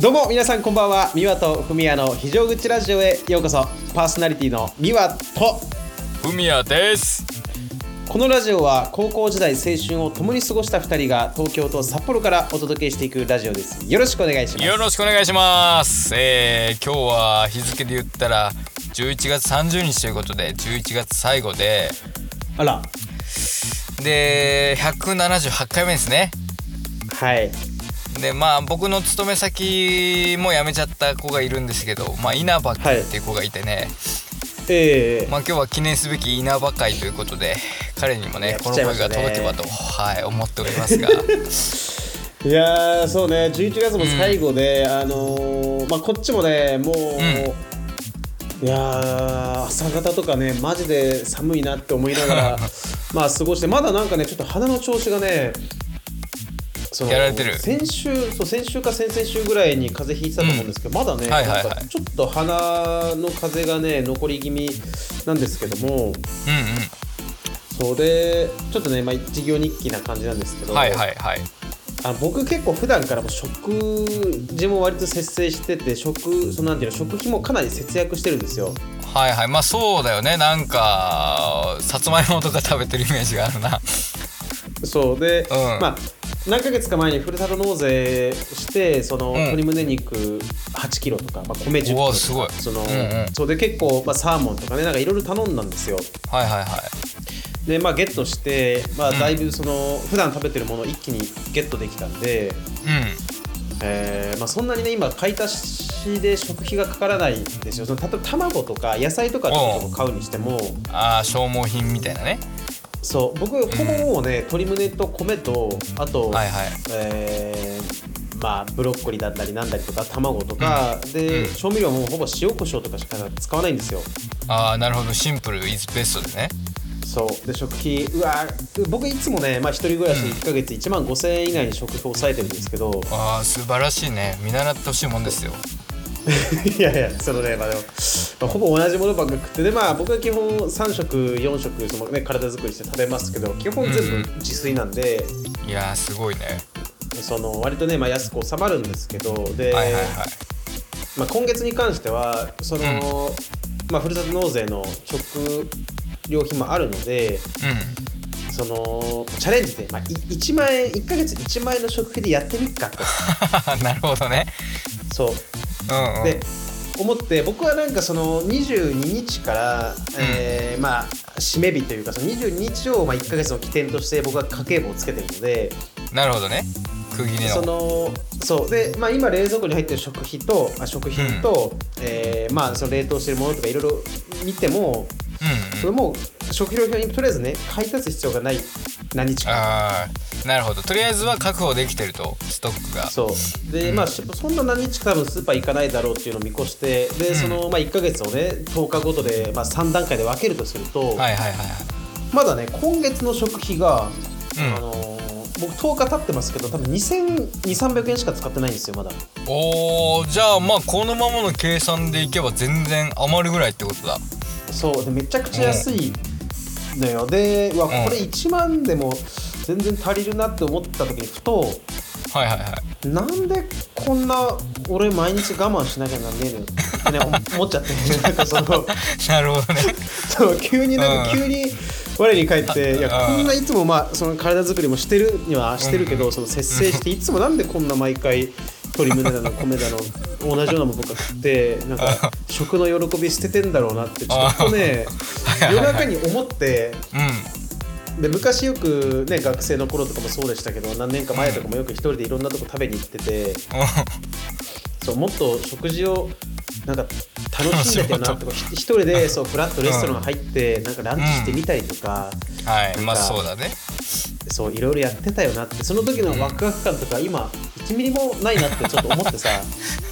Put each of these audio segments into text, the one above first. どうも皆さんこんばんは美和とふみやの非常口ラジオへようこそパーソナリティの美和とふみやですこのラジオは高校時代青春を共に過ごした2人が東京と札幌からお届けしていくラジオですよろしくお願いしますよろしくお願いします、えー、今日は日付で言ったら11月30日ということで11月最後であらで178回目ですねはいでまあ僕の勤め先も辞めちゃった子がいるんですけど、まあ、稲葉君っていう子がいてね、ええまあ、今日は記念すべき稲葉会ということで彼にもやねっこのちゃいま声したがね届けばと、はい、思っております がいやーそうね11月も最後で、あのーまあこっちもねもう、いやー朝方とかねマジで寒いなって思いながら まあ過ごしてまだなんかねちょっと鼻の調子がねそやられてる先週そう先週か先々週ぐらいに風邪ひいてたと思うんですけど、まだね、はいはいはいなんかちょっと鼻の風がね残り気味なんですけどもうんそれちょっとね、まあ、一行日記な感じなんですけうど、んはいはいはいあ僕結構普段からも食事も割と節制してて食そのなんていうの食費もかなり節約してるんですよはいはいまあそうだよねなんかさつまいもとか食べてるイメージがあるな そうで、うんまあ何ヶ月か前にふるさと納税してその、ん鶏胸肉8キロとか、まあ、米10キロうとわかすごいその、うんうんそうで結構、まあ、サーモンとかねなんかいろいろ頼んだんですよはいはいはいでまあゲットして、まあ、うんだいぶその、普段食べてるものを一気にゲットできたんで、うえーまあ、そんなにね今買い足しで食費がかからないんですよその例えば卵とか野菜とかちょっと買うにしてもんああ消耗品みたいなねそう僕ほぼほぼね鶏胸と米とあと、はいはいえーまあブロッコリーだったりなんだりとか卵とか、で、うん調味料もほぼ塩コショウとかしか使わないんですよああなるほどシンプルイズベストでねそうで食費うわー僕いつもね、まあ、一人暮らし1ヶ月1万5000円以内に食費を抑えてるんですけど、ああ素晴らしいね見習ってほしいもんですよ いやいや、そのね、まあ、でも、まあほぼ同じものばっか食って、で、まあ、僕は基本3食、4食、そのね、体作りして食べますけど、基本全部自炊なんで、いやーすごいねその割とね、まあ、安く収まるんですけど、で、はいはいはいまあ、今月に関しては、その、まあ、ふるさと納税の食料品もあるので、うんそのチャレンジで、まあ、い1万円、1ヶ月1万円の食費でやってみっ かと、なるほどねそう、うんうんで思って僕はなんかその22日から、えーまあ締め日というかその22日をまあ1か月の起点として僕は家計簿をつけてるのでなるほどね区切りそののそうで、まあ、今冷蔵庫に入ってる食費とあ食品と、えーまあ、その冷凍してるものとかいろいろ見てもうんそうんれもう食料品にとりあえずね買い足す必要がない何日か。ああなるほどとりあえずは確保できてるとストックがそうで、うんまあしそんな何日か多分スーパー行かないだろうっていうのを見越してでその、まあ、1か月をね10日ごとで、まあ、3段階で分けるとすると、はいはいはいはいまだね今月の食費が、うんあのー僕10日経ってますけど多分2200300円しか使ってないんですよまだおーじゃあまあこのままの計算でいけば全然余るぐらいってことだそうでめちゃくちゃ安いのよ、でうわうんこれ1万でも全然足りるなって思った時にふとはいはい はいなんでこんな俺毎日我慢しなきゃなんねえのよってね思っちゃって なんかそのなる ほどねそう急になんかうん急に我に返って、いやうんこんないつもまあその体作りもしてるにはしてるけど、うその節制していつもなんでこんな毎回鶏胸 だの米だの同じようなものとか食ってなんか食の喜び捨ててんだろうなってちょっとねうん夜中に思ってうんで昔よくね学生の頃とかもそうでしたけど何年か前とかもよく一人でいろんなとこ食べに行ってて。そうもっと食事をなんか楽しんでてるなとかひ一人でそうフラッとレストラン入って、なんかランチしてみたりとか、はいまあそうだねそういろいろやってたよなってその時のワクワク感とか今1ミリもないなってちょっと思ってさ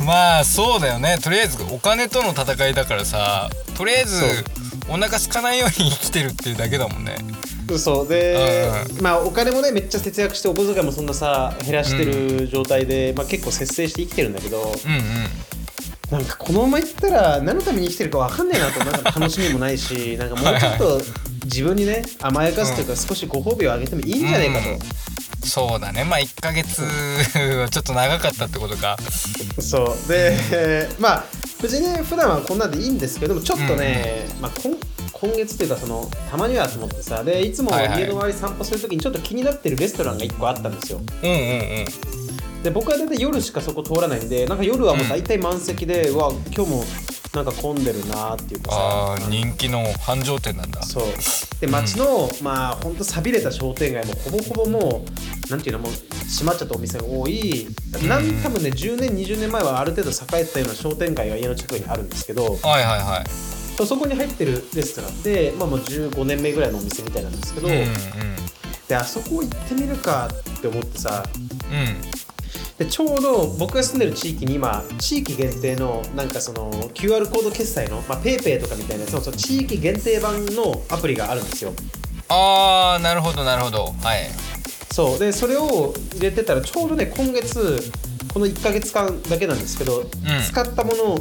まあそうだよねとりあえずお金との戦いだからさとりあえずそうお腹空かないように生きてるっていうだけだもんねそうでう、まあお金もねめっちゃ節約してお小遣いもそんなさ減らしてる状態で、まあ、結構節制して生きてるんだけどうんうんなんかこのままいったら何のために生きてるかわかんないなとなんか楽しみもないしなんかもうちょっと自分にね甘やかすというか少しご褒美をあげてもいいんじゃないかと。うんそうだねまあ1ヶ月はちょっと長かったってことかそうで、 えーまあ別にね普段はこんなんでいいんですけどもちょっとね、まあ、今今月というかそのたまにはと思ってさでいつもはいはい家の周り散歩するときにちょっと気になってるレストランが1個あったんですようんうんうんで僕は大体夜しかそこ通らないんでなんか夜はもう大体満席で、うわ今日もなんか混んでるなっていうかさあー人気の繁盛店なんだそうで町の、まあほんと寂れた商店街もほぼほぼもうなんていうのもう閉まっちゃったお店が多いなん多分ね10年20年前はある程度栄えてたような商店街が家の近くにあるんですけどはいはいはいそこに入ってるレストランで、まあ、もう15年目ぐらいのお店みたいなんですけど、うんうんであそこ行ってみるかって思ってさうんでちょうど僕が住んでる地域に今地域限定のなんかその QR コード決済の、まあ、PayPay とかみたいなそのその地域限定版のアプリがあるんですよああなるほどなるほどはいそうでそれを入れてたらちょうどね今月この1ヶ月間だけなんですけど、使ったものを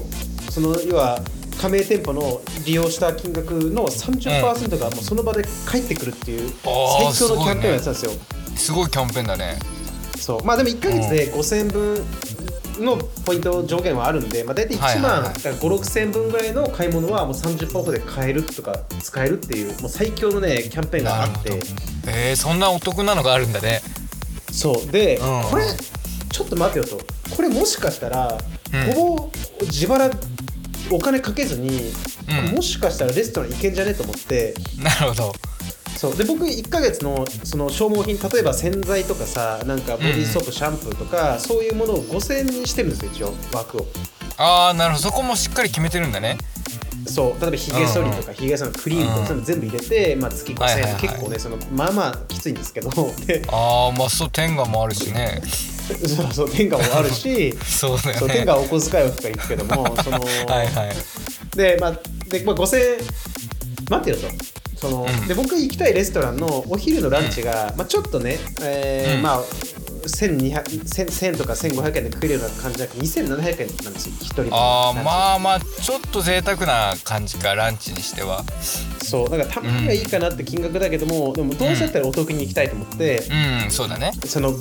その要は加盟店舗の利用した金額の30%がもうその場で返ってくるっていうあー最強のキャンペーンをやってたんですよ。すごいキャンペーンだねそうまあでも1ヶ月で5000円分のポイント上限はあるんで、まあ、大体1はい万はいはい5 6千円分ぐらいの買い物はもう30%オフで買えるとか使えるっていうもう最強のねキャンペーンがあってなるえー、そんなお得なのがあるんだねそうで、うんこれちょっと待てよとこれもしかしたら、うんほぼ自腹お金かけずに、うんもしかしたらレストラン行けんじゃねえと思ってなるほどそうで僕1ヶ月のその消耗品例えば洗剤とかさなんかボディーソープ、シャンプーとかそういうものを5000円にしてるんですよ一応枠をああなるほどそこもしっかり決めてるんだねそう例えばひげ剃りとかひげ剃りのクリームとうんかそういうの全部入れて、まあ、月5000円、はいはいはい結構ねそのまあまあきついんですけどでああまあそう天下もあるしね そうそう天下もあるしそうだよねそう天下はお小遣い枠とか行くけどもそのはいはいで、まあ、で、まあ、5000円、待ってよと。そのうんで僕行きたいレストランのお昼のランチが、まあ、ちょっとね、えーうんまあ、1200 1000 1000とか1500円で食えるような感じじゃなくて2700円なんですよ一人分あランあチまあまあちょっと贅沢な感じかランチにしてはそうだからたまにはいいかなって金額だけども、でもどうせだったらお得に行きたいと思って、うんそうだねその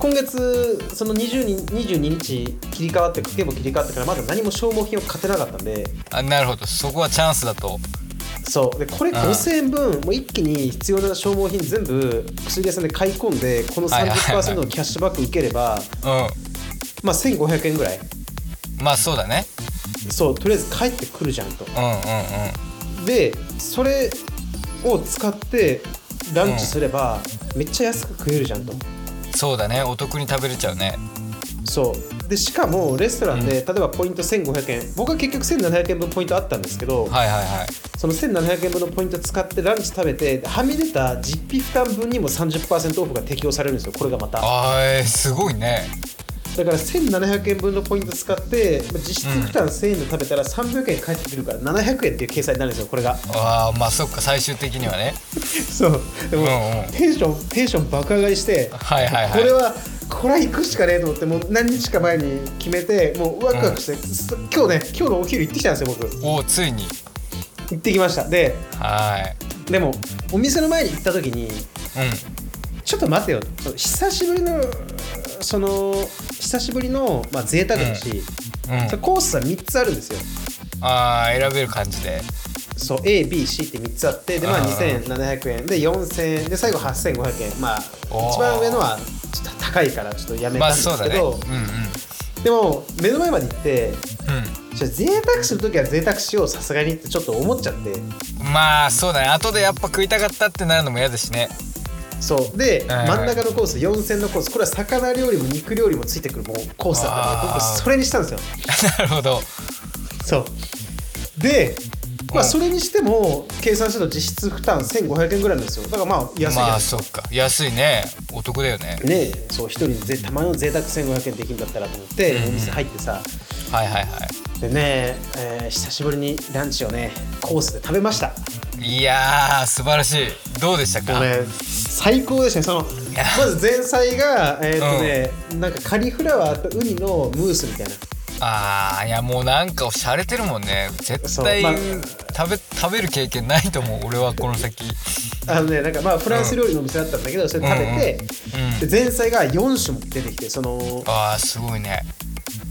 今月その20に22日切り替わって家計簿切り替わってからまだ何も消耗品を買ってなかったんであなるほどそこはチャンスだとそうでこれうん5000円分もう一気に必要な消耗品全部薬屋さんで買い込んでこのはいはいはい30%のキャッシュバック受ければ、うまあ、1500円ぐらいんまあそうだねそうとりあえず返ってくるじゃんとうんうんうんでそれを使ってランチすればめっちゃ安く食えるじゃんとそうだねお得に食べれちゃうねそうでしかもレストランで、例えばポイント1500円僕は結局1700円分ポイントあったんですけど、はいはいはいその1700円分のポイント使ってランチ食べてはみ出た実費負担分にも30%オフが適用されるんですよこれがまたあーえーすごいねだから1700円分のポイント使ってまあ実質負担1000円で食べたら300円返ってくるから700円っていう計算になるんですよこれが あーまあそっか最終的にはねそうでも、うんうんテンションテンション爆上がりして、はいはいはいこれはこれは行くしかねえと思ってもう何日か前に決めてもうワクワクして、す今日ね今日のお昼行ってきたんですよ僕おーついに行ってきましたではでもお店の前に行った時にーいうんちょっと待てよ久しぶりのその久しぶりの、まあ、贅沢だし、うんそれコースは3つあるんですよあー選べる感じでそう ABC って3つあってで、まあ、あー2700円で4000円で最後8500円まあおー一番上のはちょっと高いからちょっとやめまたんあですそうだけねど、うでも目の前まで行ってんうんちょ贅沢する時は贅沢しようさすがにってちょっと思っちゃってうんまあそうだね後でやっぱ食いたかったってなるのも嫌だしね そうで、はい真ん中のコース4000のコースこれは魚料理も肉料理もついてくるもうコースだったんであー僕それにしたんですよなるほどそうで、まあ、うんそれにしても計算すると実質負担1500円ぐらいなんですよだからまあ安いじゃないまあですかそっか安いねお得だよねねえそう一人でぜたまの贅沢1500円できるんだったらと思って、うんうんお店入ってさはいはいはでね、えー久しぶりにランチをねコースで食べましたいいやー素晴らしいどうでしたもか、うね最高でしたね そのやまず前菜がえーっ、とね、なんかカリフラワーとウニのムースみたいなああいやもうなんかおしゃれてるもんね絶対そうま食べ食べる経験ないと思う俺はこの先あのねなんかまあフランス料理のお店だったんだけどそれ食べて、うんで前菜が4種も出てきてそのああすごいね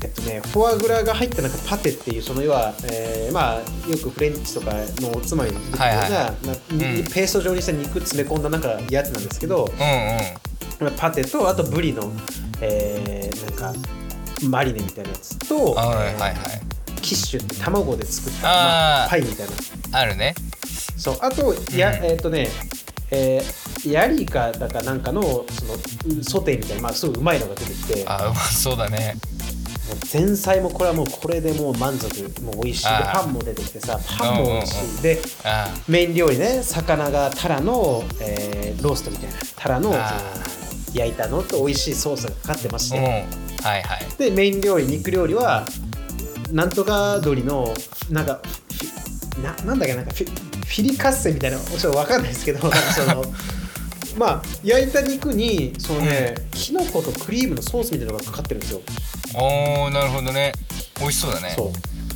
えっとねフォアグラが入ったなんかパテっていうその要は、えーまあよくフレンチとかのおつまみに出てくるような、はいはなうんペースト状にした肉詰め込んだなんかやつなんですけど、うんうんパテとあとブリの、えーなんかマリネみたいなやつと、あはいえーはいはいキッシュって卵で作ったあーまあパイみたいなあるねそうあとや、うんえっ、とねえーヤリイカだかなんかのそのうんソテーみたいな、まあ、すごいうまいのが出てきてもうあー うまそうだね前菜もこれはもうこれでもう満足もう美味しいであーパンも出てきてさパンも美味うんうんしいであメイン料理ね魚がタラの、えーローストみたいなタラのあその焼いたのと美味しいソースがかかってましーて、うんはいはいでメイン料理肉料理はなんとか鶏のなんかフィななんだっけなんかフィフィリカッセみたいなちょっとわかんないです けどなんかそのまあ焼いた肉にそのね、きのことクリームのソースみたいなのがかかってるんですよ、おーなるほどね美味しそうだねそ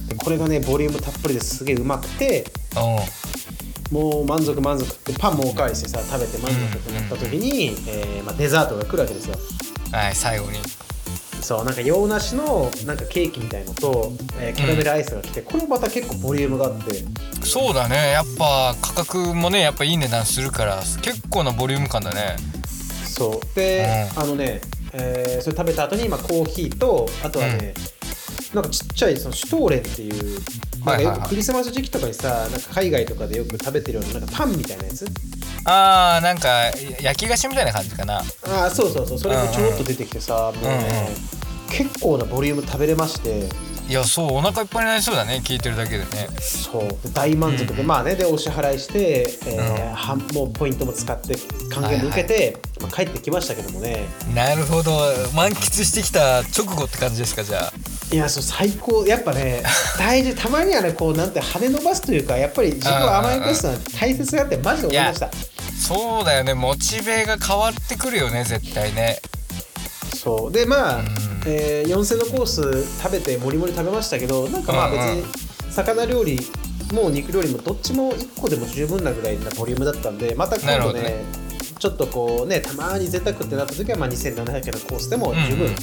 うでこれがねボリュームたっぷりですげえうまくておーもう満足満足ってパンもおかわりしてさ食べて満足ってなった時に、えーまあ、デザートが来るわけですよはい最後にそうなんか洋梨のなんかケーキみたいのと、えーキャラメルアイスが来て、これもまた結構ボリュームがあってそうだねやっぱ価格もねやっぱいい値段するから結構なボリューム感だねそうで、あのね、えーそれ食べた後に今コーヒーとあとはね、なんかちっちゃいそのシュトーレンっていうなんかはいはいよはいくクリスマス時期とかにさなんか海外とかでよく食べてるようななんかパンみたいなやつあーなんか焼き菓子みたいな感じかなああそうそうそうそれもちょろっと出てきてさ、もうね、結構なボリューム食べれましていやそうお腹いっぱいになりそうだね聞いてるだけでねそうで大満足で、まあねでお支払いして、えーうはもうポイントも使って還元も受けて、まあ、帰ってきましたけどもねなるほど満喫してきた直後って感じですかじゃあいやそう最高やっぱ ね大事たまにはねこうなんて跳ね伸ばすというかやっぱり自分を甘やかすのは大切だってマジで思いましたそうだよねモチベが変わってくるよね絶対ねそうでまあ、うんえー、4000のコース食べてもりもり食べましたけどなんかまあうん別うんに魚料理も肉料理もどっちも1個でも十分なぐらいなボリュームだったんでまた今度ねなるほどちょっとこうねたまに贅沢ってなった時は、まあ、2700円のコースでもうんうん十う分ん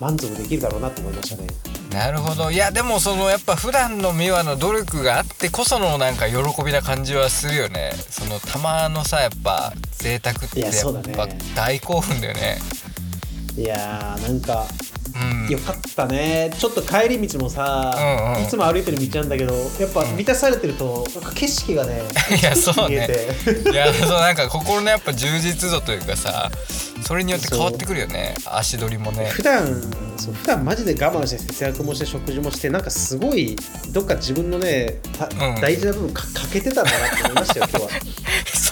満足できるだろうなと思いましたね、なるほどいやでもそのやっぱ普段の美和の努力があってこそのなんか喜びな感じはするよねそのたまのさやっぱ贅沢っていややそうだっねぱ大興奮だよねいやーなんかうんよかったねちょっと帰り道もさ、うんうんいつも歩いてる道なんだけどやっぱ満たされてると、なんか景色がねいや そう見えねていやそうなんか心のやっぱ充実度というかさそれによって変わってくるよね足取りもね普段そう普段マジで我慢して節約もして食事もしてなんかすごいどっか自分のねたうん大事な部分か欠けてたんだなって思いましたよ今日 は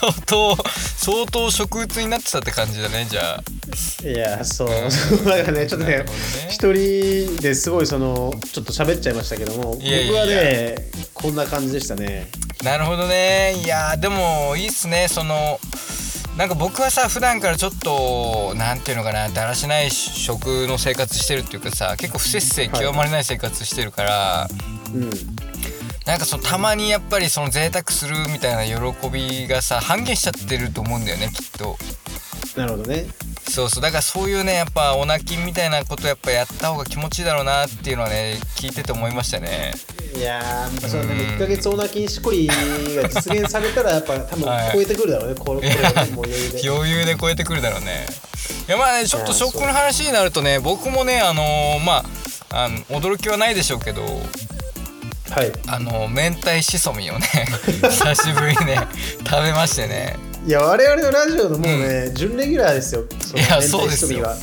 相当相当植物になってたって感じだねじゃあいやそううんそうだからねちょっとなねるほどね一人ですごいそのちょっと喋っちゃいましたけどもいやいやい僕やはねこんな感じでしたねなるほどねいやーでもいいっすねそのなんか僕はさ普段からちょっとなんていうのかなだらしない食の生活してるっていうかさ結構不節制はい極まりない生活してるから、うんなんかそのたまにやっぱりその贅沢するみたいな喜びがさ半減しちゃってると思うんだよねきっとなるほどねそうそうだからそういうねやっぱオナキンみたいなことやっぱやった方が気持ちいいだろうなっていうのはね聞いてて思いましたねいやー、そうね、うん1ヶ月オーナー禁止コリが実現されたら、やっぱ多分はい超えてくるだろうね、これこれはねもう余裕で。 余裕で超えてくるだろうねいやまあねちょっといやショックの話になるとね僕もねあのーまああの驚きはないでしょうけどはい。あの明太しそみ をね久しぶりにね食べましてねいや、我々のラジオのもうね、準レギュラーですよ、そのいやメンタそうリでストすミよは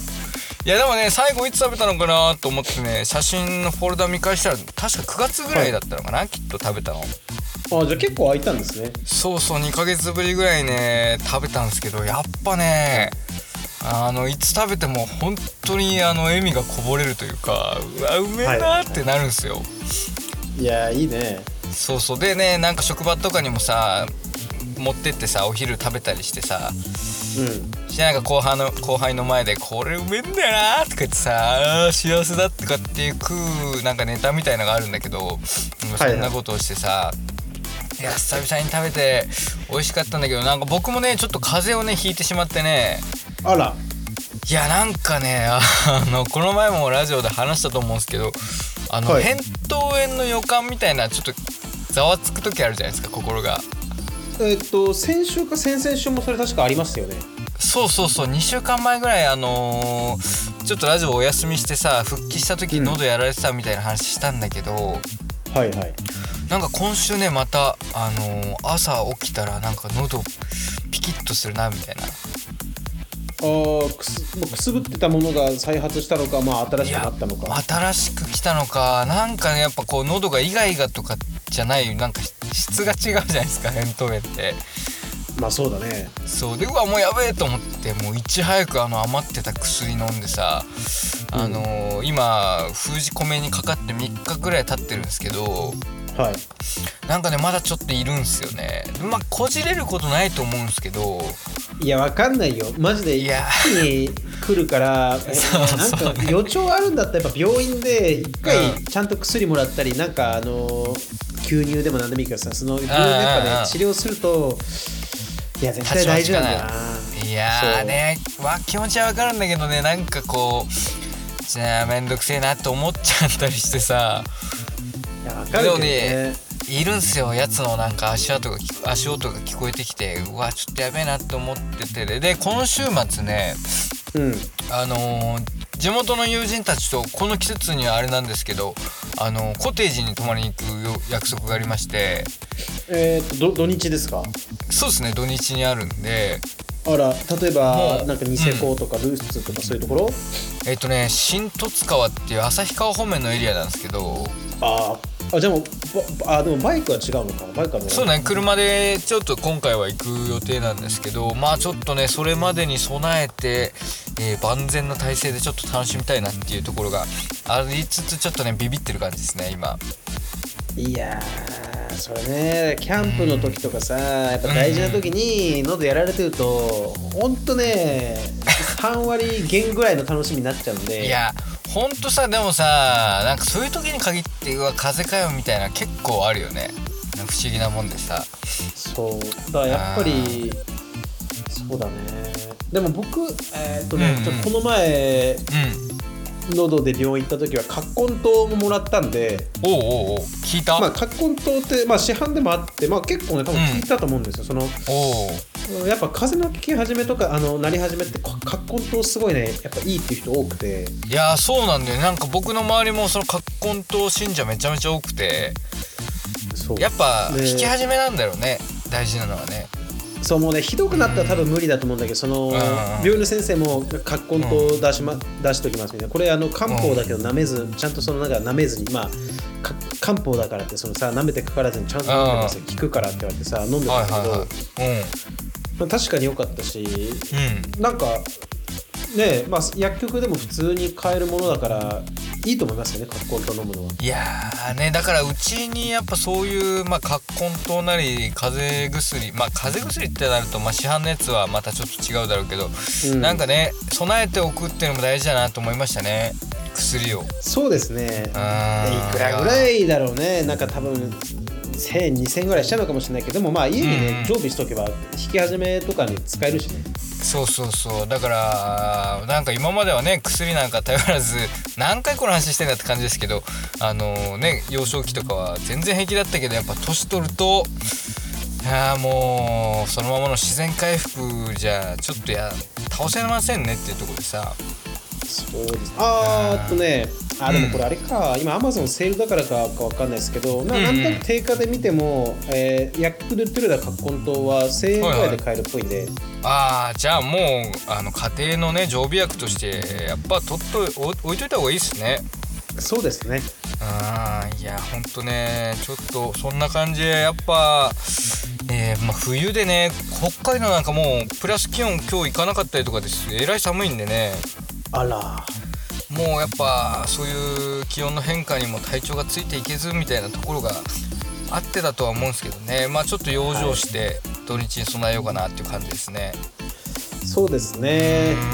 いやでもね最後いつ食べたのかなと思ってね写真のフォルダ見返したら確か9月ぐらいだったのかな、きっと食べたのあ、じゃあ結構空いたんですね。そうそう2ヶ月ぶりぐらいね食べたんですけどやっぱねあのいつ食べても本当にあの笑みがこぼれるというかうわうめえなーってなるんですよ、いやー、いいね。そうそうでねなんか職場とかにもさ持ってってさお昼食べたりしてうさん。してなんか後輩の後輩の前で「これうめえんだよな」とか言ってさ「あー幸せだ」とかっていう食うなんかネタみたいのがあるんだけどそんなことをしてさ、いや久々に食べて美味しかったんだけどなんか僕もねちょっと風邪をねひいてしまってねあらいやなんかねあのこの前もラジオで話したと思うんですけどあの、はい扁桃炎の予感みたいなちょっとざわつく時あるじゃないですか心がえっと先週か先々週もそれ確かありましたよねそうそうそう2週間前ぐらいあのーちょっとラジオお休みしてさ復帰した時うん喉やられてたみたいな話したんだけど、はいはいなんか今週ねまたあのー朝起きたらなんか喉ピキッとするなみたいなあーくすもうくすぶってたものが再発したのか、まあ、新しくなったのか新しく来たのかなんかねやっぱこう喉がイガイガとかじゃないなんか質が違うじゃないですか扁桃炎ってまあそうだねそうでうわもうやべえと思ってもういち早くあの余ってた薬飲んでさあのー今封じ込めにかかって3日ぐらい経ってるんですけどはいなんかねまだちょっといるんすよねまあこじれることないと思うんですけどいやわかんないよマジでい一や気に来るからえ そうなんか予兆あるんだったらやっぱ病院で一う回んちゃんと薬もらったりなんかあの吸入でも何でもいいからさその病院でやっうんうんぱうんね治療するといや絶対大事なんだよ立ないやーねわ気持ちはわかるんだけどねなんかこうじゃあめんどくせえなって思っちゃったりしてさいやわかるけどねいるんすよやつのなんか足跡が聞こ足音が聞こえてきてうわちょっとやべえなって思っててでで今週末ねうんあのー地元の友人たちとこの季節にはあれなんですけど、あのーコテージに泊まりに行くよ約束がありましてえー、とど土日ですかそうですね土日にあるんであら例えもばうなんかニセコとかルースとかそういうところ、えっ、とね新十津川っていう旭川方面のエリアなんですけどあーあでもばあでもバイクは違うのかバイクはねそうね車でちょっと今回は行く予定なんですけどまあちょっとねそれまでに備えて、えー万全の体制でちょっと楽しみたいなっていうところがありつつちょっとねビビってる感じですね今いやーそれねキャンプの時とかさやっぱ大事な時に喉やられてるとほんとね3割減ぐらいの楽しみになっちゃうんでいやほんとさでもさなんかそういう時に限ってうわ風邪かよみたいな結構あるよね不思議なもんでさそうだからやっぱりそうだねでも僕えーっとね、うんうんちょっとこの前うん喉で病院行った時は葛根糖ももらったんでおうおうおう聞いた、まあ葛根糖って、まあ、市販でもあって、まあ、結構ね多分聞いたと思うんですよ、そのおうやっぱ風邪の効き始めとかあのなり始めってか葛根糖すごいねやっぱいいっていう人多くていやーそうなんだよなんか僕の周りもその葛根と信者めちゃめちゃ多くてそうやっぱで引き始めなんだろうね大事なのはねそうもうねひどくなったら多分無理だと思うんだけどそのん病院の先生も葛根糖出し,、ま、出しときますみたいなこれあの漢方だけど舐めずちゃんとそのなんか舐めずにまあか漢方だからってそのさ舐めてかからずにちゃんと飲んでますよ効くからって言われてさ飲んでたはんいだけど、はいはいまあ確かに良かったしうんなんかねまあ薬局でも普通に買えるものだからいいと思いますよね葛根糖飲むのは。うんいやーねだからうちにやっぱそういうまあ葛根糖なり風邪薬まあ風邪薬ってなるとまあ市販のやつはまたちょっと違うだろうけど、うんなんかね備えておくっていうのも大事だなと思いましたね薬をそうですね。いくあーらぐらいだろうね。なんか多分1000、2000ぐらいしちゃうのかもしれないけど、でもまあ家にうんね、常備しとけば、引き始めとかに使えるしね。そうそうそうだからなんか今まではね薬なんか頼らず何回この話してんだって感じですけどあのね幼少期とかは全然平気だったけどやっぱ年取るといやーもうそのままの自然回復じゃちょっとや倒せませんねっていうところでさそうです。あーあとね、あ、でもこれあれか、今 Amazon セールだからかかわかんないですけど、なうんうんなんとなく定価で見ても、えー薬局で売ってるような葛根糖は1000円ぐらいで買えるっぽいんで、あーじゃあもうあの家庭のね常備薬としてやっぱ取っとお置いといた方がいいっすね。そうですね。あーいやほんとねちょっとそんな感じでやっぱ、えーまあ、冬でね北海道なんかもうプラス気温今日行かなかったりとかですえらい寒いんでねあら、もうやっぱそういう気温の変化にも体調がついていけずみたいなところがあってだとは思うんですけどねまあちょっと養生して土日に備えようかなっていう感じですね。そうですね、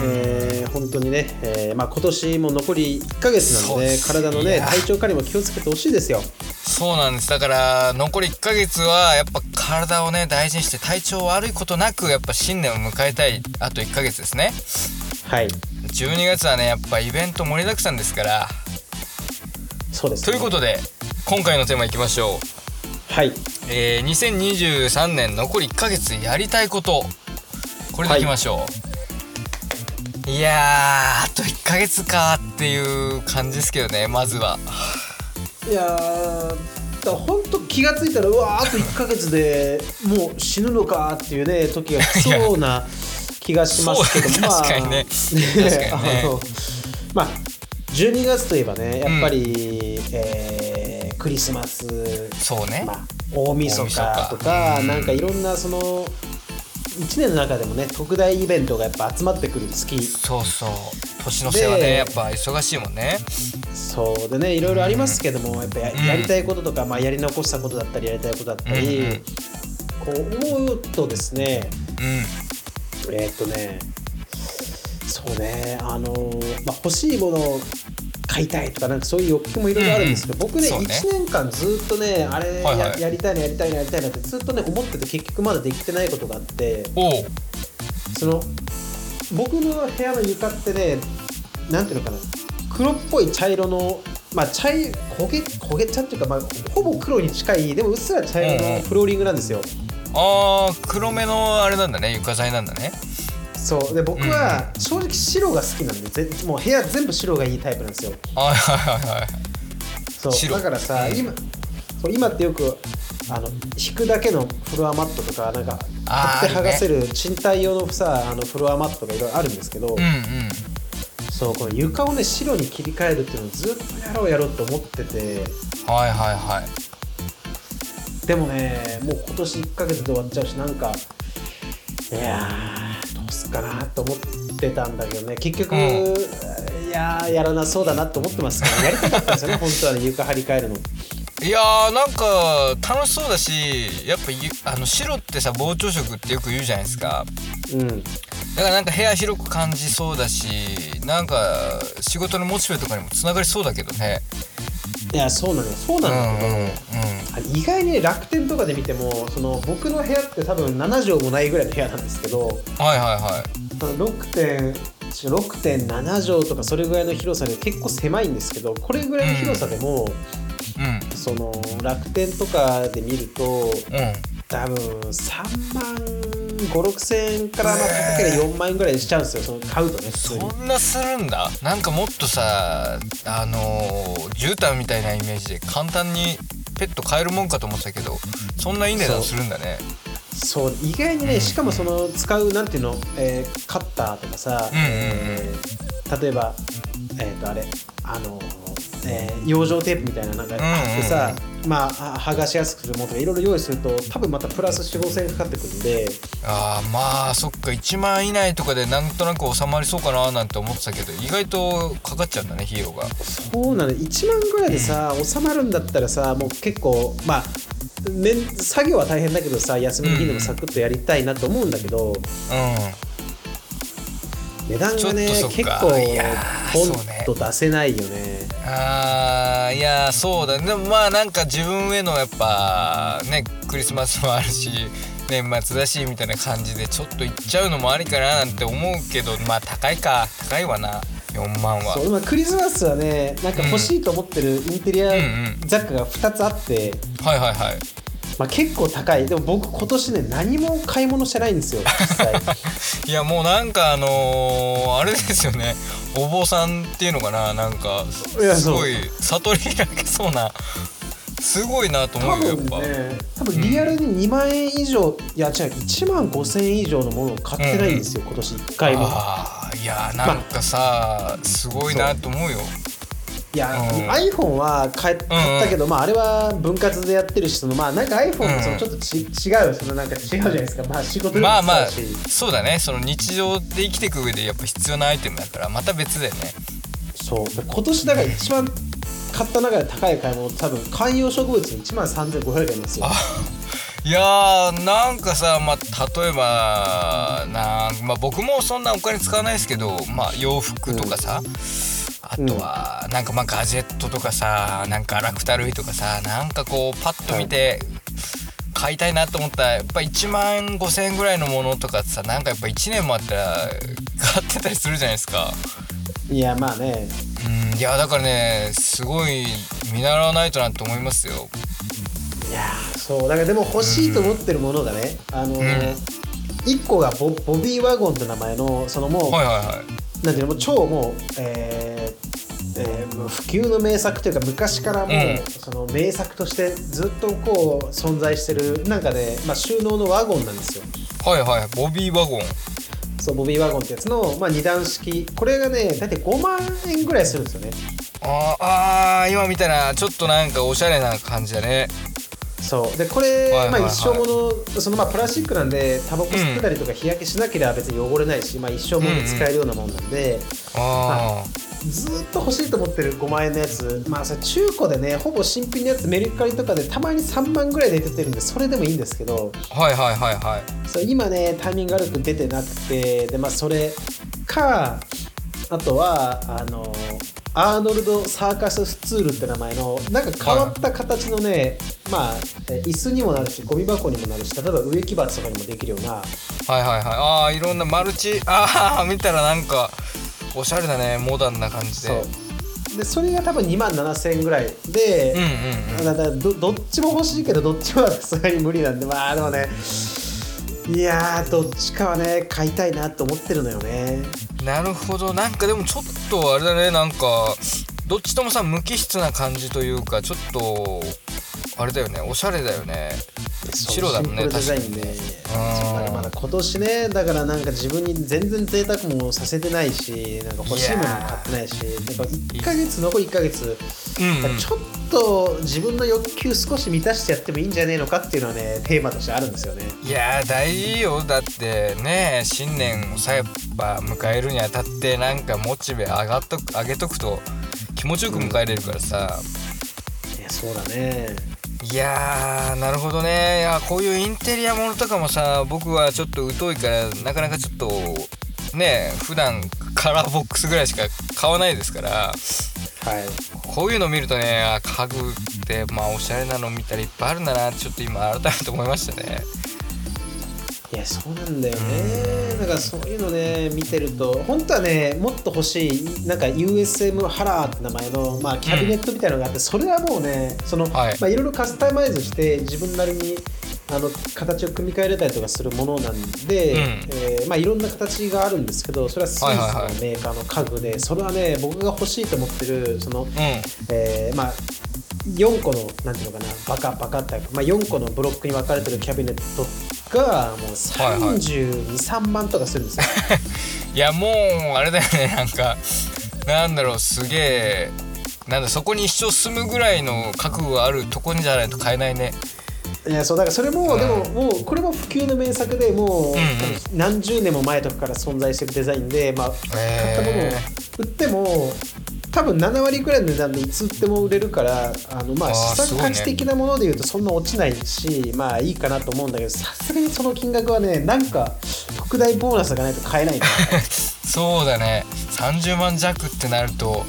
えー本当にね、えーまあ、今年も残り1ヶ月なそうのでです体のいねや体調管理も気をつけてほしいですよそうなんですだから残り1ヶ月はやっぱ体をね大事にして体調悪いことなくやっぱ新年を迎えたいあと1ヶ月ですねはい12月はねやっぱイベント盛りだくさんですからそうです、ということで今回のテーマいきましょう、はいえー2023年残り1ヶ月やりたいことこれでいきましょう、い、やーあと1ヶ月かっていう感じですけどねまずはいやーだ本当気がついたらうわーあと1か月で もう死ぬのかっていうね時が来そうな気がしますけどそうまあ確かにね確かにね あのまあ12月といえばねやっぱり、えークリスマス、そうねまあ、大晦日とか大晦日うんなんかいろんなその1年の中でもね特大イベントがやっぱ集まってくる月そうそう年の瀬はねでやっぱ忙しいもんねそうでねいろいろありますけどもやっぱや,、うんりたいこととか、まあ、やり残したことだったりやりたいことだったり、うんうんこう思うとですねうんえーっとねそうねあの、まあ、欲しいものを買いたいとかなんかそういう欲求もいろいろあるんですけど、うんうん僕ねそう1ね年間ずっとねあれや,、はいはいやりたいなやりたいなやりたいなってずっとね思ってて結局まだできてないことがあっておうその僕の部屋の床ってねなんていうのかな黒っぽい茶色のまあ茶い焦げ焦げ茶っていうか、まあ、ほぼ黒に近いでもうっすら茶色うんうのんフローリングなんですよ。あー黒目のあれなんだね床材なんだねそうで僕は正直白が好きなんでぜもう部屋全部白がいいタイプなんですよ。はいはいはいはいそう白だからさ、うん今そう今ってよくあの引くだけのフロアマットとかなんかあー取って剥がせる賃貸用のさあのフロアマットがいろいろあるんですけど。うんうんそうこの床をね白に切り替えるっていうのをずっとやろうやろうと思っててはいはいはいでもねもう今年1ヶ月で終わっちゃうしなんかいやーどうすっかなと思ってたんだけどね結局、うんいやーやらなそうだなと思ってますからやりたかったんですよ ね本当はね床張り替えるのいやーなんか楽しそうだしやっぱゆあの白ってさ膨張色ってよく言うじゃないですかうんだからなんか部屋広く感じそうだしなんか仕事のモチベとかにもつながりそうだけどねいやそうなのよそううなんのよ、うんうんあれ意外に楽天とかで見てもその僕の部屋って多分7畳もないぐらいの部屋なんですけどはいはいはい6点6.7畳とかそれぐらいの広さで結構狭いんですけどこれぐらいの広さでも、うその楽天とかで見るとんうん多分3万56000円からまあ高ければ4万円ぐらいしちゃうんですよその買うとね普通にそんなするんだなんかもっとさあのー、絨毯みたいなイメージで簡単にペット飼えるもんかと思ってたけどそんないい値段するんだねそう意外にうねんしかもその使うなんていうの、えーカッターとかさ、うんうんうんえー例えばえっ、とあれあのえー養生テープみたいななんかんうんうんあってさ、まああ剥がしやすくするものとかいろいろ用意すると多分またプラス4 5千円かかってくるんであーまあそっか1万以内とかでなんとなく収まりそうかななんて思ってたけど意外とかかっちゃうんだね費用がそうなの1万ぐらいでさ、収まるんだったらさもう結構まあね、作業は大変だけどさ休みの日でもサクッとやりたいなと思うんだけど、う値段がねちょっとそっか結構いやーポそうねンと出せないよね。んあーいやーそうだねでもまあなんか自分へのやっぱねクリスマスもあるし年末だしみたいな感じでちょっと行っちゃうのもありかななんて思うけどまあ高いか高いわな4万はそうまあクリスマスはねなんか欲しいと思ってるインテリアうんうん雑貨が2つあって、はいはいはいまあ、結構高いでも僕今年ね何も買い物してないんですよ実 際いやもうなんかあのーあれですよねお坊さんっていうのかななんかいやすそうごい悟り開けそうなすごいなと多思うよや分っぱ、ね多分リアルに2万円以上、いや違う1万5000円以上のものを買ってないんですよ、今年1回もあーいやーなんかさすごいなと思うよいや、うん iPhone は買え買ったけど、まああれは分割でやってるしそのまあなんか iPhone もそうんのちょっとち、違うそのなんか違うじゃないですかまあ仕事でもまあまあ使うしそうだねその日常で生きていく上でやっぱ必要なアイテムだからまた別だよねそう今年だから一番買った中で高い買い物多分観葉植物1万3500円ですよいやーなんかさ、まあ、例えばなん、まあ、僕もそんなお金使わないですけど、まあ、洋服とかさ、あとはなんかまあガジェットとかさなんか荒くたるいとかさなんかこうパッと見て買いたいなと思ったらやっぱ1万5,000円ぐらいのものとかってさなんかやっぱ1年もあったら買ってたりするじゃないですか。いやまあねうんいやだからねすごい見習わないとなって思いますよ。いやーそうだからでも欲しいと思ってるものがね、あのー1個がボボビーワゴンって名前のそのもう、はいはいはい。なんていうのもう超もう、えーえーもう普及の名作というか昔からもう、うんその名作としてずっとこう存在してるなんかね、まあ、収納のワゴンなんですよはいはいボビーワゴン。そうボビーワゴンってやつの、まあ、2段式これがね大体5万円ぐらいするんですよねあーあー今見たらちょっとなんかおしゃれな感じだね。そうでこれ、はいはいはいまあ、一生ものそのまあプラスチックなんでタバコ吸ってたりとか日焼けしなければ別に汚れないし、まあ、一生もので使えるようなもんなんで、あずーっと欲しいと思ってる5万円のやつまあそれ中古でねほぼ新品のやつメルカリとかでたまに3万ぐらいで出てるんでそれでもいいんですけどあはいはいはいはい。そう今ねタイミング悪く出てなくてでまあそれかあとはあのアーノルド・サーカス・スツールって名前のなんか変わった形のね、まあえ椅子にもなるしゴミ箱にもなるし例えば植木鉢とかにもできるようなはいはいはいああいろんなマルチあ あ見たらなんかおしゃれだねモダンな感じでそうでそれが多分2万7000円ぐらいで、うんうんうんだからどどっちも欲しいけどどっちもはさすがに無理なんでまあでもねいやーどっちかはね買いたいなと思ってるのよねなるほどなんかでもちょっとあれだねなんかどっちともさ無機質な感じというかちょっとあれだよねおしゃれだよね白だもんねシンプルデザインでかにそうだねまだ今年ねだからなんか自分に全然贅沢もさせてないしなんか欲しいものも買ってないしやっぱ1ヶ月残り1ヶ月うん、うん、ちょっと自分の欲求少し満たしてやってもいいんじゃねえのかっていうのはねテーマとしてあるんですよねいやー大事よだってね新年をさやっぱ迎えるにあたってなんかモチベ上がっとく上げとくと気持ちよく迎えれるからさ、いやそうだねいやーなるほどねいやこういうインテリアものとかもさ僕はちょっと疎いからなかなかちょっとね普段カラーボックスぐらいしか買わないですからはいこういうの見るとねあ家具ってまあおしゃれなの見たらいっぱいあるんだなってちょっと今改めて思いましたねいやそうなんだよねだからそういうのね見てると本当はねもっと欲しいなんか USM ハラーって名前の、まあ、キャビネットみたいなのがあって、それはもうねその、はいいまあ、いろいろカスタマイズして自分なりにあの形を組み替えれたりとかするものなんで、うんえーまあ、いろんな形があるんですけどそれはスイスのはいはいはいメーカーの家具でそれはね僕が欲しいと思ってるその、うえーまあ4個のなんていうのかなバカバカタイプ、まあ、4個のブロックに分かれてるキャビネットがもうはいはい323万とかするんですよ、んいやもうあれだよねなんかなんだろうすげえなんだそこに一生住むぐらいの覚悟があるとこにじゃないと買えないねい、やそうだからそれも、うんでももうこれも普及の名作でもう、ん何十年も前とかから存在してるデザインで、まあ、買ったものをへ売っても多分7割くらいの値段でいつ売っても売れれるからあのまああー資す産ごい価ね値的なものでいうとそんな落ちないしまあいいかなと思うんだけどさすがにその金額はねなんか特大ボーナスがないと買えないんだよそうだね30万弱ってなると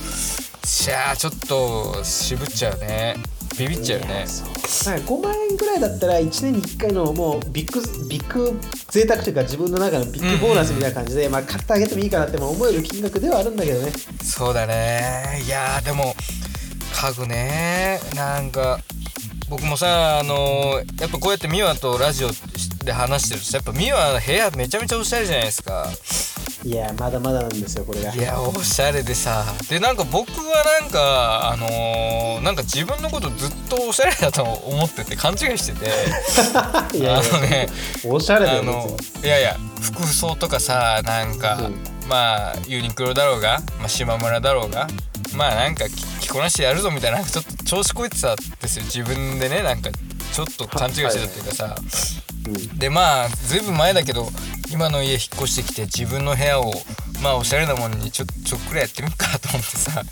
しゃあちょっと渋っちゃうねビビっちゃういねやそうなんか5万円ぐらいだったら1年に1回のもうビッグビッグ贅沢というか自分の中のビッグボーナスみたいな感じで、まあ、買ってあげてもいいかなっても思える金額ではあるんだけどねそうだねいやーでも家具ねなんか僕もさあのーやっぱこうやって美和とラジオで話してるとさやっぱ美和部屋めちゃめちゃおしゃれじゃないですかいやまだまだなんですよこれがいやおしゃれでさでなんか僕はなんかあのーなんか自分のことずっとおしゃれだと思ってて勘違いしてていやいやあのねおしゃれだあよ別のにいやいや服装とかさなんか、うんまあユニクロだろうが、まあ、島村だろうがまあなんか着着こなしてやるぞみたいななんかちょっと調子こいてたんですよ自分でねなんかちょっと勘違いしてたっていうかさ、でまあずいぶん前だけど今の家引っ越してきて自分の部屋をまあおしゃれなものにちょちょっくらいやってみっかと思ってさ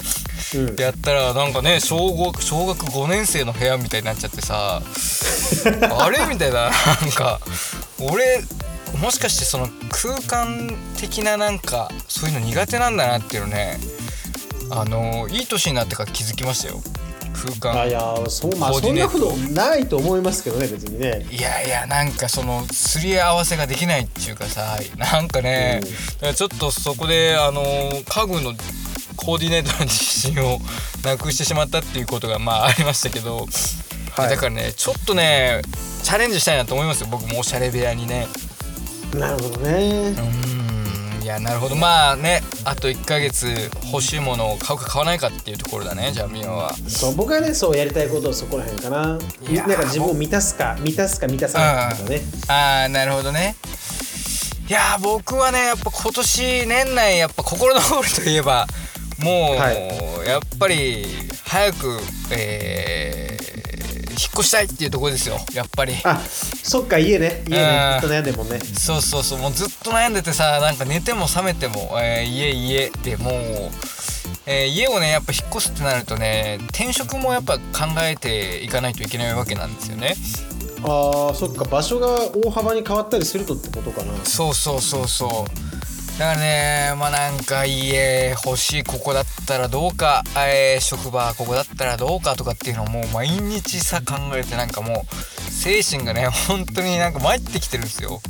うんうんやったらなんかね小学小学5年生の部屋みたいになっちゃってさ あれみたいななんか俺もしかしてその空間的ななんかそういうの苦手なんだなっていうのねあのいい年になってから気づきましたよ空あ間いやそう、まあ、コーデそィんネなーこトとないと思いますけどね別にねいやいやなんかそのすり合わせができないっていうかさなんかね、うんだからちょっとそこであの家具のコーディネートの自信をなくしてしまったっていうことがまあありましたけど、はいだからねちょっとねチャレンジしたいなと思いますよ僕もおしゃれ部屋にねなるほどねう、ーんいやなるほどまあねあと1ヶ月欲しいものを買うか買わないかっていうところだねじゃあミオはそう僕はねそうやりたいことはそこら辺かなみいやなんーか自分を満たすか満たすか満たさないかとかねああなるほどねいやー僕はねやっぱ今年年内やっぱ心残りといえばもう、はやっぱり早く、えー引っ越したいっていうところですよやっぱりあそっか家ね家ねずっと悩んでるもんねそうそうそうもうずっと悩んでてさなんか寝ても覚めても、えー家家でもう、えー家をねやっぱ引っ越すってなるとね転職もやっぱ考えていかないといけないわけなんですよねあーそっか場所が大幅に変わったりするとってことかなそうそうそうそうだからねまあなんか家欲しいここだったらどうか、えー職場ここだったらどうかとかっていうのをもう毎日さ考えてなんかもう精神がね本当になんか参ってきてるんですよ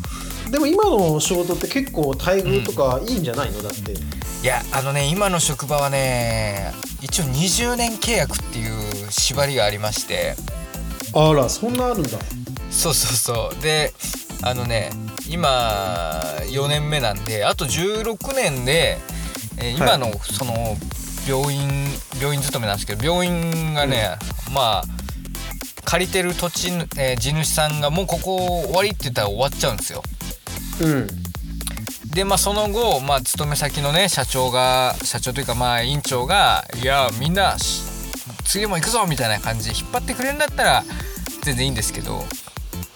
でも今の仕事って結構待遇とかいいんじゃないのだっていやあのね今の職場はね一応20年契約っていう縛りがありましてあらそんなあるんだそうそうそうであのね今4年目なんであと16年で、えーは今いのその病院病院勤めなんですけど病院がね、まあ借りてる土地、えー地主さんがもうここ終わりって言ったら終わっちゃうんですよ。うんでまあその後、まあ、勤め先のね社長が社長というかまあ院長が「いやみんなし次も行くぞ」みたいな感じで引っ張ってくれるんだったら全然いいんですけど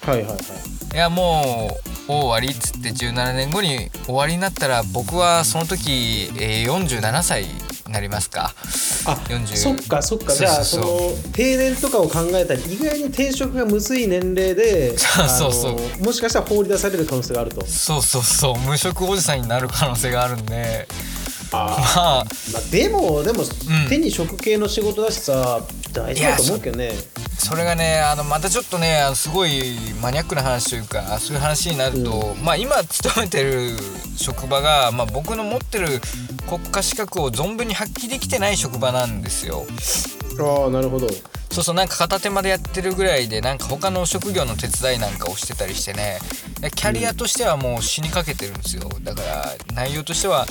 はいはいはい「いやもう終わり」っつって17年後に終わりになったら僕はその時、えー47歳になりますか。あ40そっかそっかじゃあそそうそうの定年とかを考えたら意外に転職がむずい年齢でそうそうそうあのもしかしたら放り出される可能性があるとそうそうそう無職おじさんになる可能性があるんであまあまあでもでも、ん手に職系の仕事だしさ大事だと思うけどねそれがねあのまたちょっとねあのすごいマニアックな話というかそういう話になると、まあ今勤めてる職場が、まあ、僕の持ってる国家資格を存分に発揮できてない職場なんですよ。ああなるほどそうそうなんか片手間でやってるぐらいでなんか他の職業の手伝いなんかをしてたりしてねキャリアとしてはもう死にかけてるんですよだから内容としては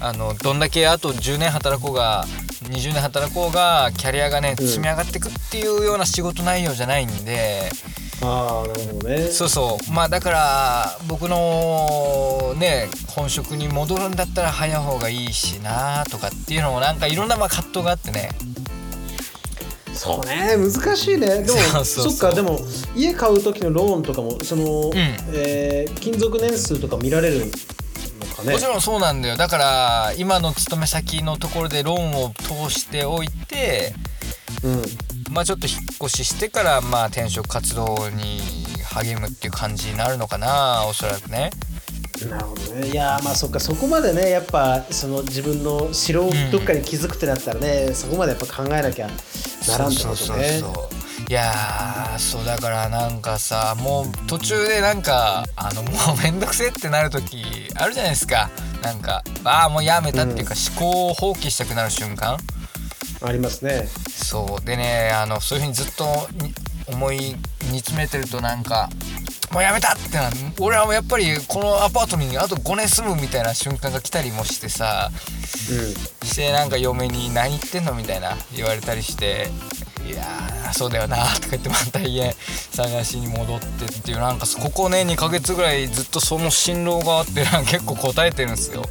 あのどんだけあと10年働こうが20年働こうがキャリアがねうん積み上がってくっていうような仕事内容じゃないんでああなるほどねそうそうまあだから僕のね本職に戻るんだったら早い方がいいしなとかっていうのもなんかいろんなまあ葛藤があってねそうね難しいねでもそうそうそうっかでも家買う時のローンとかもその、んえー勤続年数とか見られるのかねもちろんそうなんだよだから今の勤め先のところでローンを通しておいてうんまあちょっと引っ越ししてからまあ転職活動に励むっていう感じになるのかなおそらくねなるほどねいやーまあそっかそこまでねやっぱその自分の城をどっかに築くってなったらね、そこまでやっぱ考えなきゃならんってことねそうそうそうそういやーそうだからなんかさもう途中でなんかあのもうめんどくせえってなる時あるじゃないですかなんかああもうやめたっていうか思考を放棄したくなる瞬間、ありますねそうでねあのそういうふうにずっとに思い煮詰めてるとなんかもうやめたってな俺はもうやっぱりこのアパートにあと5年住むみたいな瞬間が来たりもしてさしてなんか嫁に「何言ってんの?」みたいな言われたりして「いやーそうだよな」とか言ってまた家 探しに戻ってっていうなんかここね2ヶ月ぐらいずっとその心労があってなんか結構答えてるんですよ。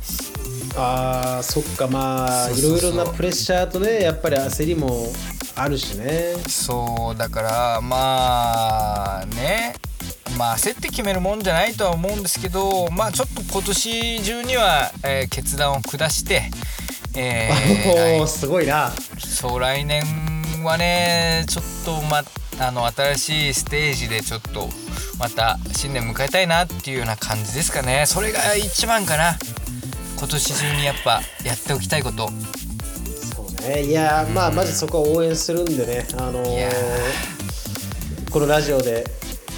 あーそっかまあそういそろういそうろなプレッシャーとねやっぱり焦りもあるしねそうだからまあねまあ焦って決めるもんじゃないとは思うんですけどまあちょっと今年中には、えー決断を下して、えー おー来すごいなそう来年はねちょっとまあの新しいステージでちょっとまた新年迎えたいなっていうような感じですかねそれが一番かな今年中にやっぱやっておきたいことそねいやーまあまずそこは応援するんでねあのーいやこのラジオで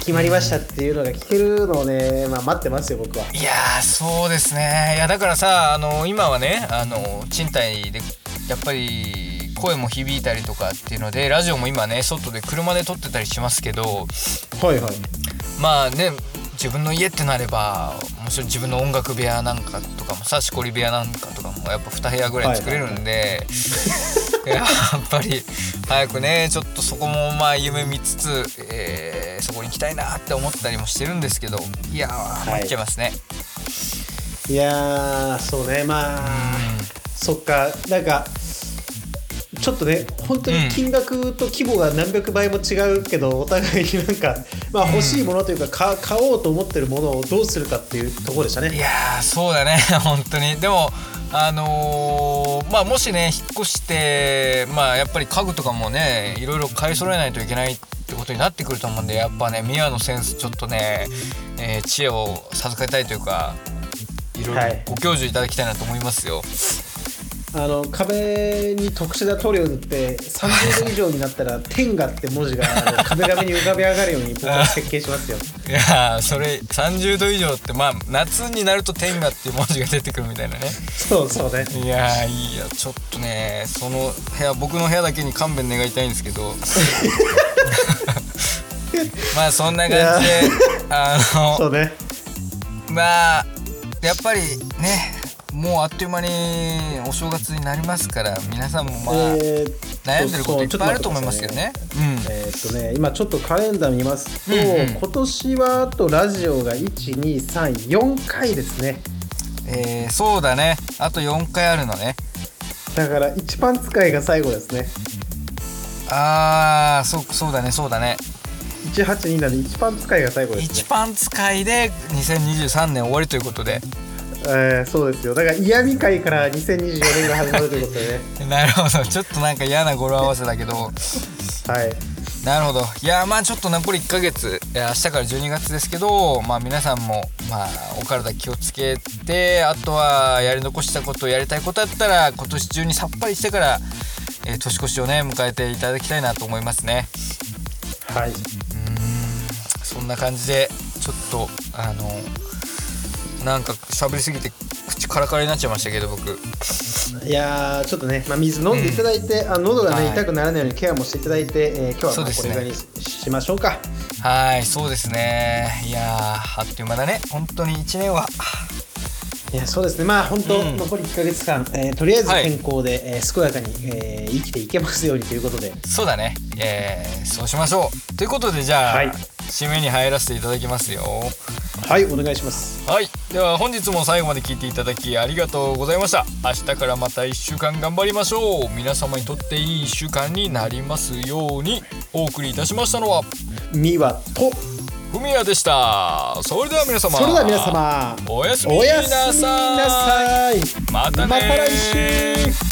決まりましたっていうのが聞けるのをね、まあ、待ってますよ僕はいやーそうですねいやだからさあの今はねあの賃貸でやっぱり声も響いたりとかっていうのでラジオも今ね外で車で撮ってたりしますけどはいはいまあね自分の家ってなればもちろん自分の音楽部屋なんかとかもさしこり部屋なんかとかもやっぱ2部屋ぐらい作れるんで、やっぱり早くねちょっとそこもまあ夢見つつ、えーそこに行きたいなって思ったりもしてるんですけどいやーはい参っちゃいますね。いやーそうねまあそっかなんかちょっとね本当に金額と規模が何百倍も違うけど、お互いになんか、まあ、欲しいものというかか買おうと思ってるものをどうするかっていうところでしたいねやーそうだね 本当にでもあのーまあもしね引っ越してまあやっぱり家具とかもねいろいろ買い揃えないといけないってことになってくると思うんでやっぱねミアのセンスちょっとね、えー知恵を授けたいというかいろいろはいご教授いただきたいなと思いますよ、あの壁に特殊な塗料を塗って30度以上になった ら「天下」って文字があの壁紙に浮かび上がる ように僕は設計しますよい、やーそれ30度以上ってまあ夏になると天下っていう文字が出てくるみたいなねそうそうねいやーいいやちょっとねその部屋僕の部屋だけに勘弁願いたいんですけど まあそんな感じであそうねのまあやっぱりねもうあっという間にお正月になりますから皆さんもまあえー悩んでることいっぱいあると思いますけどねうんえーっとね、今ちょっとカレンダー見ますと、うんうん今年はあとラジオが1234回ですねえーそうだねあと4回あるのねだから一番使いが最後ですねあーそうそうだねそうだね182なんで一番使いが最後ですね一番使いで2023年終わりということでえーそうですよだから嫌味会から2024年が始まるということでね なるほどちょっとなんか嫌な語呂合わせだけどはいなるほどいやまあちょっと残り1ヶ月いや明日から12月ですけどまあ皆さんもまあお体気をつけてあとはやり残したことやりたいことあったら今年中にさっぱりしてから、えー年越しをね迎えていただきたいなと思いますねはいそんな感じでちょっとあのなんか喋りすぎて口カラカラになっちゃいましたけど僕いやーちょっとね、まあ、水飲んでいただいて、あ喉がね、はい痛くならないようにケアもしていただいて、えー今日はそうまあでこすれねぐらいにし,、ましょうかはいそうですねいやーあっという間だね本当に1年はいやそうですねまあ本当、うん残り1か月間、えーとりあえずはい健康で、えー健やかに、えー生きていけますようにということでそうだね、えー、そうしましょうということでじゃあ、はい締めに入らせていただきますよはいお願いしますはいでは本日も最後まで聞いていただきありがとうございました明日からまた1週間頑張りましょう皆様にとっていい1週間になりますようにお送りいたしましたのはミワとふみやでしたそれでは皆様それでは皆様おやすみおなやすみなさいさいまたねーまた来週